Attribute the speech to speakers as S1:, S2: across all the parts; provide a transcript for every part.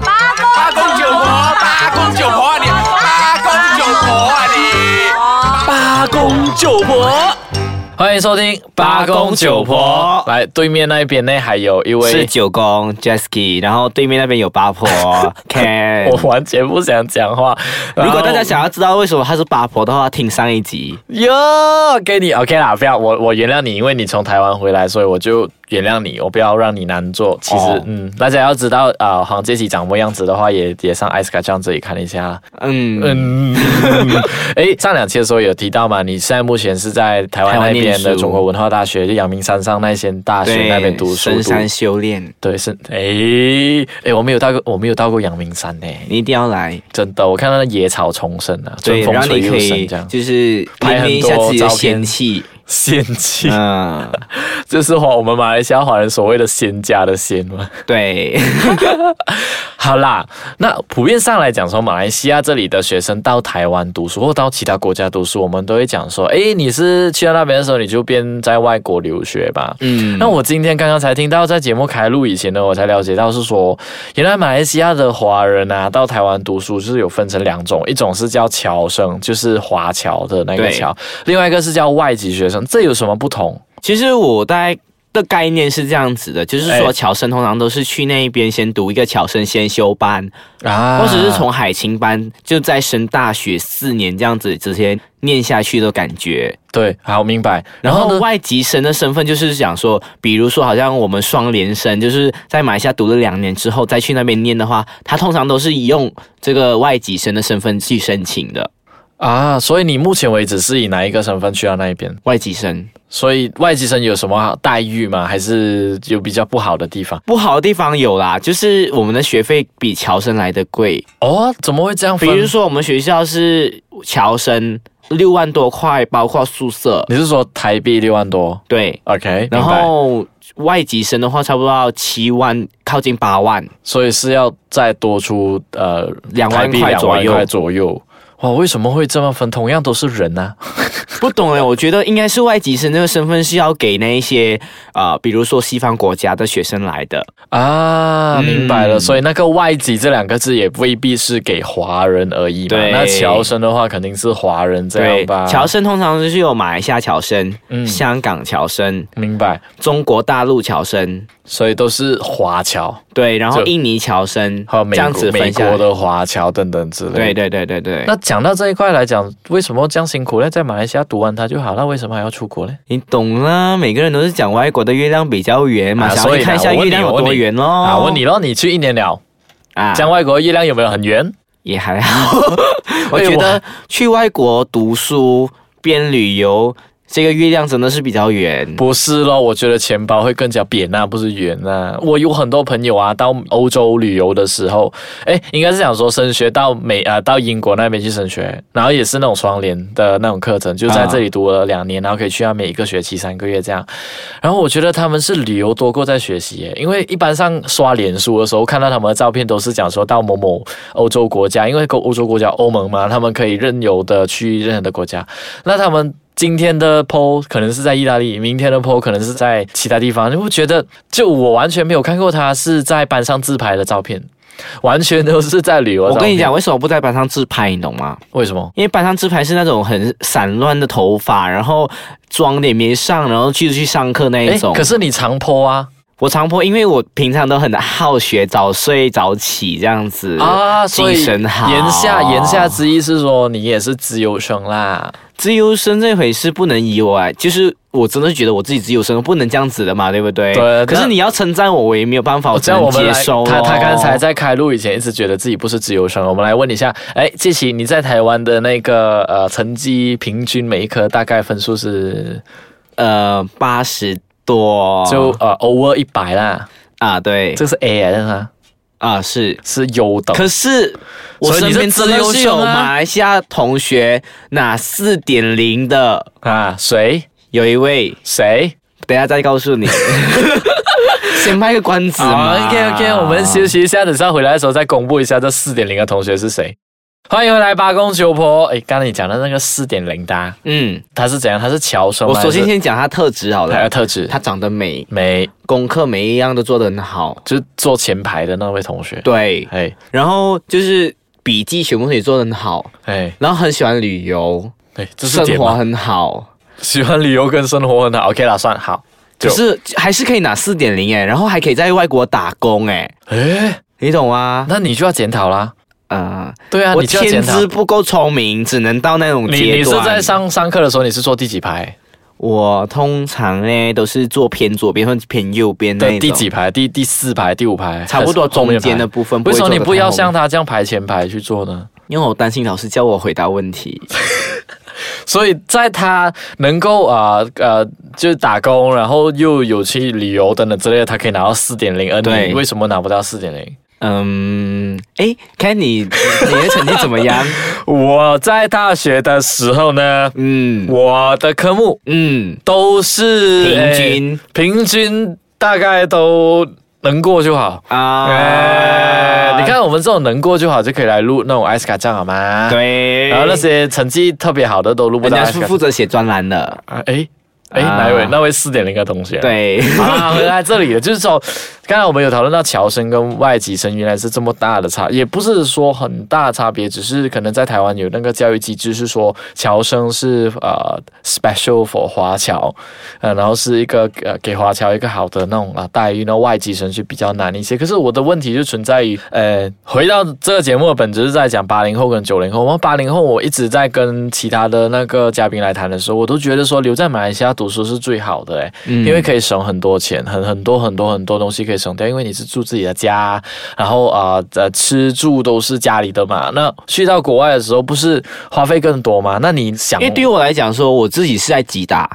S1: 八公九婆，八公九婆啊你，八公九婆啊你，八公九婆。
S2: 欢迎收听八公九婆。来，对面那边呢还有一
S3: 是
S2: 位，
S3: 九宫 Jesky，然后对面那边有八婆 Ken
S2: 我。完全不想讲话。
S3: 如果大家想要知道为什么她是八婆的话，听上一集。
S2: 哟，给你 OK 啦，不要我我原谅你，因为你从台湾回来，所以我就原谅你，我不要让你难做。其实，
S3: 哦
S2: 嗯，大家要知道啊、呃，黄杰奇长什么样子的话，也也上 Ice 卡酱这里看一下啦。
S3: 嗯，
S2: 嗯，哎，上两期的时候有提到嘛，你现在目前是在台湾
S3: 台
S2: 那
S3: 湾
S2: 边的
S3: 念书
S2: 中国文化大学，就阳明山上那间大学
S3: 对，
S2: 那边读书。
S3: 深
S2: 读
S3: 山修炼，
S2: 对，是哎哎，我没有到过，我没有到过阳明山呢，
S3: 你一定要来。
S2: 真的，我看到那野草丛生啊，
S3: 对，
S2: 春
S3: 然
S2: 风
S3: 后
S2: 吹
S3: 你可
S2: 又生
S3: 以
S2: 这样，
S3: 就是
S2: 拍
S3: 练
S2: 很
S3: 一下
S2: 多
S3: 自己的
S2: 照片
S3: 仙气。
S2: 仙气。
S3: 嗯，
S2: 这是华我们马来西亚华人所谓的“仙家”的“仙”吗？
S3: 对，
S2: 好啦，那普遍上来讲说，马来西亚这里的学生到台湾读书或到其他国家读书，我们都会讲说，诶，你是去到那边的时候，你就边在外国留学吧。
S3: 嗯，
S2: 那我今天刚刚才听到，在节目开录以前呢，我才了解到是说，原来马来西亚的华人啊，到台湾读书就是有分成两种，一种是叫侨生，就是华侨的那个
S3: 对
S2: 侨，另外一个是叫外籍学生，这有什么不同？
S3: 其实我大概的概念是这样子的，就是
S2: 哎
S3: 说侨生通常都是去那边先读一个侨生先修班，
S2: 啊
S3: 或者哦是从海青班就再升大学四年这样子直接念下去的感觉。
S2: 对，好明白。然
S3: 然
S2: 后
S3: 后
S2: 呢？
S3: 外籍生的身份就是讲说，比如说好像我们双联生，就是在马来西亚读了两年之后再去那边念的话，他通常都是用这个外籍生的身份去申请的
S2: 啊，所以你目前为止是以哪一个身份去到那一边？
S3: 外籍生。
S2: 所以外籍生有什么待遇吗？还是有比较不好的地方？
S3: 不好的地方有啦，就是我们的学费比侨生来的贵，
S2: 哦，怎么会这样
S3: 比
S2: 分？
S3: 如说我们学校是侨生六万多块，包括宿舍，
S2: 你是说台币六万多
S3: 对，
S2: ？OK，
S3: 然
S2: 明白
S3: 后外籍生的话，差不多要七万，靠近八万，
S2: 所以是要再多出呃
S3: 两
S2: 台
S3: 万
S2: 币
S3: 块
S2: 两
S3: 左
S2: 万
S3: 右
S2: 块。左右。哇，为什么会这么分？同样都是人啊呢、
S3: 不懂哎，我觉得应该是外籍生这个身份是要给那一些呃，比如说西方国家的学生来的。
S2: 啊？
S3: 嗯
S2: 明白了。所以那个外籍这两个字也未必是给华人而已嘛。
S3: 对
S2: 那侨生的话肯定是华人这样吧？
S3: 侨生通常就是有马来西亚侨生、
S2: 嗯
S3: 香港侨生、
S2: 明白。
S3: 中国大陆侨生，
S2: 所以都是华侨。
S3: 对，然后
S2: 就
S3: 印尼侨生
S2: 还有美
S3: 这样子
S2: 国、美
S3: 分下
S2: 国
S3: 来。
S2: 的华侨等等之类的。
S3: 对对对对对，
S2: 那讲到这一块来讲，为什么这样辛苦呢？在马来西亚读完它就好了，为什么还要出国呢？
S3: 你懂啦，每个人都是讲外国的月亮比较圆嘛，
S2: 啊
S3: 想
S2: 所
S3: 要
S2: 以
S3: 去看一
S2: 呢我问你
S3: 下月亮有
S2: 我问
S3: 多
S2: 你
S3: 圆咯。
S2: 啊，问你咯，你去一年了，
S3: 啊，
S2: 像外国月亮有没有很圆？
S3: 也还好。 我觉
S2: 哎
S3: 得去外国读书边旅游，这个月亮真的是比较圆。
S2: 不是咯，我觉得钱包会更加扁啊，不是圆啊。我有很多朋友啊，到欧洲旅游的时候，哎，应该是想说升学到美啊、到英国那边去升学，然后也是那种双联的那种课程，就在这里读了两年，然后可以去那边一个学期三个月这样。然后我觉得他们是旅游多过在学习耶，因为一般上刷脸书的时候看到他们的照片都是讲说到某某欧洲国家，因为欧洲国家欧盟嘛，他们可以任由的去任何的国家。那他们今天的 PO 可能是在意大利，明天的 PO 可能是在其他地方，你会觉得就我完全没有看过他是在班上自拍的照片，完全都是在旅游。
S3: 我跟你讲，，为什么不在班上自拍，你懂吗？
S2: 为什么？
S3: 因为班上自拍是那种很散乱的头发，然后妆也没上，然后去去上课那
S2: 哎
S3: 一，种
S2: 可。是你常 PO 啊
S3: 我常播，因为我平常都很好学，早睡早起这样子
S2: 啊，所以
S3: 精神好。
S2: 言下言下之意是说你也是自由生啦。
S3: 自由身这回事不能以我哎，就是我真的觉得我自己自由身不能这样子的嘛，对不对？
S2: 对
S3: 可
S2: 那哦
S3: 是你要称赞我，我也没有办法，我哦只
S2: 这样我
S3: 能
S2: 们
S3: 接
S2: 来，
S3: 受咯。
S2: 他他刚才在开录以前一直觉得自己不是自由生，我们来问一下，哎，季琦，你在台湾的那个呃成绩平均每一科大概分数是
S3: 呃八十多
S2: 就呃 over 一百啦，
S3: 啊对
S2: 这是 A 来的吗？
S3: 啊是，
S2: 是优等。
S3: 可是我
S2: 所以
S3: 身
S2: 你
S3: 边
S2: 是
S3: 真
S2: 自
S3: 的
S2: 由生
S3: 是有
S2: 啊
S3: 马来西亚同学拿四点零的，
S2: 啊，谁
S3: 有一位，
S2: 谁？
S3: 等一下再告 诉你，先卖个关子嘛。
S2: 啊 OK OK，我们休息一下，等下回来的时候再公布一下这四点零的同学是谁。欢迎回来八公九婆。哎，刚才你讲的那个四点零的，啊
S3: 嗯，
S2: 他是怎样？他是侨生吗？
S3: 我首先先讲她特质好
S2: 还有
S3: 了，
S2: 特质，
S3: 她长得美，
S2: 没，
S3: 功课每一样都做得很好，
S2: 就是坐前排的那位同学。，
S3: 对，
S2: 哎
S3: 然后就是笔记全部也做得很好，
S2: 哎
S3: 然后很喜欢旅游，
S2: 哎，这是
S3: 生
S2: 点
S3: 活
S2: 吗？
S3: 很好，
S2: 喜欢旅游跟生活很好。OK 啦，算好。
S3: 可
S2: 就是
S3: 还是可以拿四点零哎，然后还可以在外国打工哎，
S2: 哎，
S3: 你懂吗？
S2: 那你就要检讨啦。
S3: 呃，
S2: 对啊，
S3: 我
S2: 你就要
S3: 天
S2: 检讨
S3: 资。不够聪明，只能到那种
S2: 你
S3: 阶
S2: 你是
S3: 段。
S2: 在上上课的时候，你是坐第几排
S3: 我通常呢都是坐偏左边或者偏右边那
S2: 的
S3: 一
S2: 第
S3: 种，
S2: 几排？第第四排、第五排，
S3: 差不多中间的
S2: 的。
S3: 部分。
S2: 为什么你不要像
S3: 他？
S2: 他这样排前排去做呢？
S3: 因为我担心老师叫我回答问题。
S2: 所以在他能够啊呃就是打工，然后又有去旅游等等之类的，他可以拿到四点零，而
S3: 对
S2: 你为什么拿不到四点零？
S3: 嗯，哎，看你你的成绩怎么 样？
S2: 我在大学的时候呢，
S3: 嗯
S2: 我的科目
S3: 嗯，
S2: 都是
S3: 平均
S2: 哎平均大概都能过就好。哎
S3: 啊，
S2: 呃你看我们这种能过就好，就可以来录那种 S 卡酱好吗？。
S3: 对，
S2: 然后那些成绩特别好的都录不
S3: 人
S2: 到
S3: 家
S2: S
S3: 是
S2: 卡
S3: 负。责写专栏的，
S2: 啊哎哎，
S3: 啊
S2: 哪一位？那位四点零的同学。。
S3: 对。
S2: 好啦，回来这里了，就是说，刚才我们有讨论到侨生跟外籍生原来是这么大的差，也不是说很大的差别，只是可能在台湾有那个教育机制是说侨生是呃 special for 华侨，呃，然后是一个呃给华侨一个好的那种啊、待遇，那外籍生就比较难一些。可是我的问题就存在于，呃，回到这个节目的本质是在讲八零后跟九零后。我们八零后，我一直在跟其他的那个嘉宾来谈的时候，我都觉得说留在马来西亚读书是最好的、欸，因为可以省很多钱，很很多很多很多东西可以省掉，因为你是住自己的家，然后啊呃吃住都是家里的嘛。那去到国外的时候，不是花费更多吗？那你想，
S3: 因为对于我来讲说，我自己是在吉打，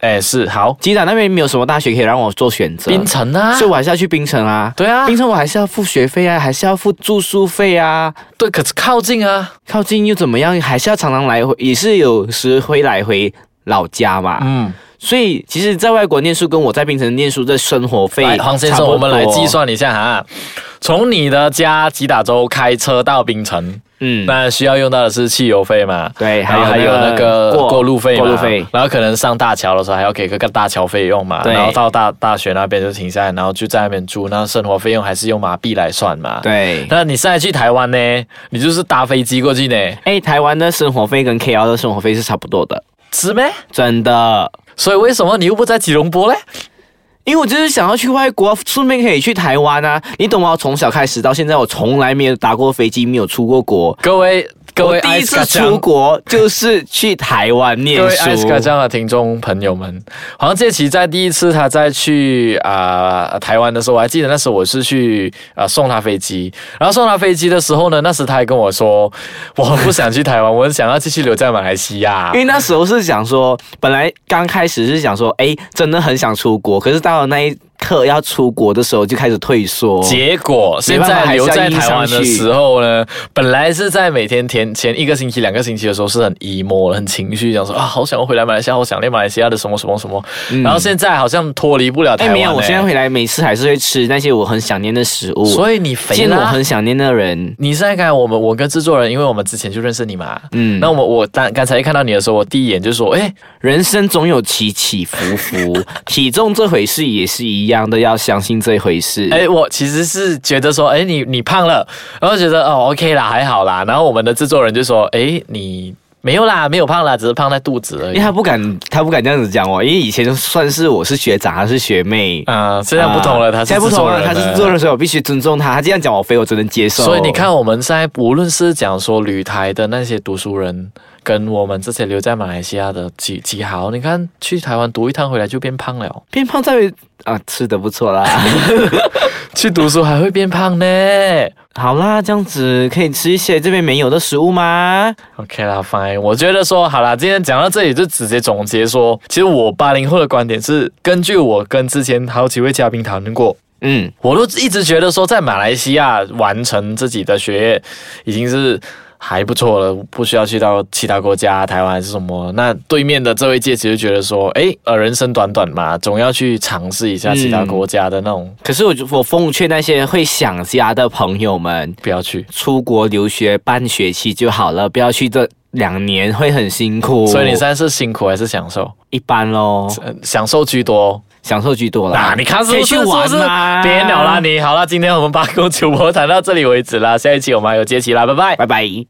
S2: 哎是好，
S3: 吉打那边没有什么大学可以让我做选择，
S2: 槟城啊
S3: 所以。我还是要去槟城啊。
S2: 对啊，
S3: 槟城我还是要付学费啊，还是要付住宿费啊，
S2: 对，可是靠近啊，
S3: 靠近又怎么样？还是要常常来回，也是有时会来回老家嘛。
S2: 嗯，
S3: 所以其实，在外国念书跟我在槟城念书的生活费
S2: 来，，黄先生，我们来计，算一下哈，从你的家吉打州开车到槟城，
S3: 嗯，
S2: 那需要用到的是汽油费嘛？
S3: 对，
S2: 然后还
S3: 还
S2: 有
S3: 有
S2: 那个过路费嘛，
S3: 过路费，
S2: 然后可能上大桥的时候还要给个个大桥费用嘛，
S3: 对
S2: 然后到大大学那边就停下来，然后就在那边住，那生活费用还是用马币来算嘛。，
S3: 对。
S2: 那你现在去台湾呢，你就是搭飞机过去呢，
S3: 哎，台湾的生活费跟 KL 的生活费是差不多的，
S2: 是咩？
S3: 真的。
S2: 所以为什么你又不在吉隆坡嘞？
S3: 因为我就是想要去外国，啊顺便可以去台湾啊，你懂吗？我从小开始到现在，我从来没有搭过飞机，没有出过国。
S2: 各位各位，
S3: 我第一次出国就是去台湾念
S2: 各位艾斯
S3: 书
S2: 卡。这样的听众朋友们，黄建奇在第一次他在去啊、呃台湾的时候，我还记得那时候我是去啊、呃送他飞机，然后送他飞机的时候呢，那时他还跟我说，我很不想去台湾，我很想要继续留在马来西亚
S3: 因。为那时候是想说，本来刚开始是想说，哎，真的很想出国，可是到了那一刻要出国的时候，就开始退缩。
S2: 结果现
S3: 没办
S2: 在
S3: 法
S2: 留在
S3: 还是要
S2: 台湾
S3: 硬上
S2: 的
S3: 去
S2: 时候呢，本来是在每天前前一个星期、两个星期的时候是很 emo 的很情绪，想说啊，好想要回来马来西亚，好想念马来西亚的什么什么什么。然后现在好像脱离不了台
S3: 嗯哎，
S2: 湾、
S3: 没有，我
S2: 欸
S3: 现在回来每次还是会吃那些我很想念的食物，
S2: 所以你肥
S3: 见
S2: 了啊
S3: 我。很想念的人，
S2: 你现在看我们，我跟制作人，因为我们之前就认识你嘛。
S3: 嗯
S2: 那我我当刚才一看到你的时候，我第一眼就说，哎，
S3: 人生总有起起伏 伏，体重这回事也是一样的，要相信这回事。
S2: 哎，我其实是觉得说，哎，你你胖了，然后觉得哦，OK 啦，还好啦。然后我们的制作人就说，哎，你没有啦，没有胖啦，只是胖在肚子而
S3: 因
S2: 已
S3: 为。他不敢，他不敢这样子讲我，因为以前就算是我是学长，他是学妹，
S2: 啊、现在不同了，他是
S3: 现在不
S2: 制
S3: 同
S2: 作
S3: 了，
S2: 人
S3: 他是制作人，所以我必须尊重他。他这样讲我非我只能接受。
S2: 所以你看，我们现在无论是讲说旅台的那些读书人，跟我们这些留在马来西亚的几几豪，你看去台湾读一趟回来就变胖了，
S3: 变胖在于啊，吃的不错啦。
S2: 去读书还会变胖呢。
S3: 好啦，这样子可以吃一些这边没有的食物吗？
S2: OK 啦，Fine。我觉得说好啦，今天讲到这里就直接总结说，其实我八零后的观点是，根据我跟之前好几位嘉宾讨论过，
S3: 嗯，
S2: 我都一直觉得说，在马来西亚完成自己的学业已经是还不错了，不需要去到其他国家，台湾还是什么。那对面的这位届其实觉得说，哎，呃，人生短短嘛，总要去尝试一下其他国家的那种，
S3: 可是我就我奉劝那些会想家的朋友们，
S2: 不要去。
S3: 出国留学半学期就好了，不要去这两年会很辛苦。
S2: 所以你现在是辛苦还是享受？
S3: 一般咯，
S2: 呃享受居多哦。
S3: 享受居多啦。
S2: 那你看是
S3: 可
S2: 不
S3: 以
S2: 是
S3: 去玩啊
S2: 是不是
S3: 啦，
S2: 别鸟啦你。好了，今天我们八公九婆谈到这里为止啦，下一期我们还有接期啦，拜拜。
S3: 拜拜。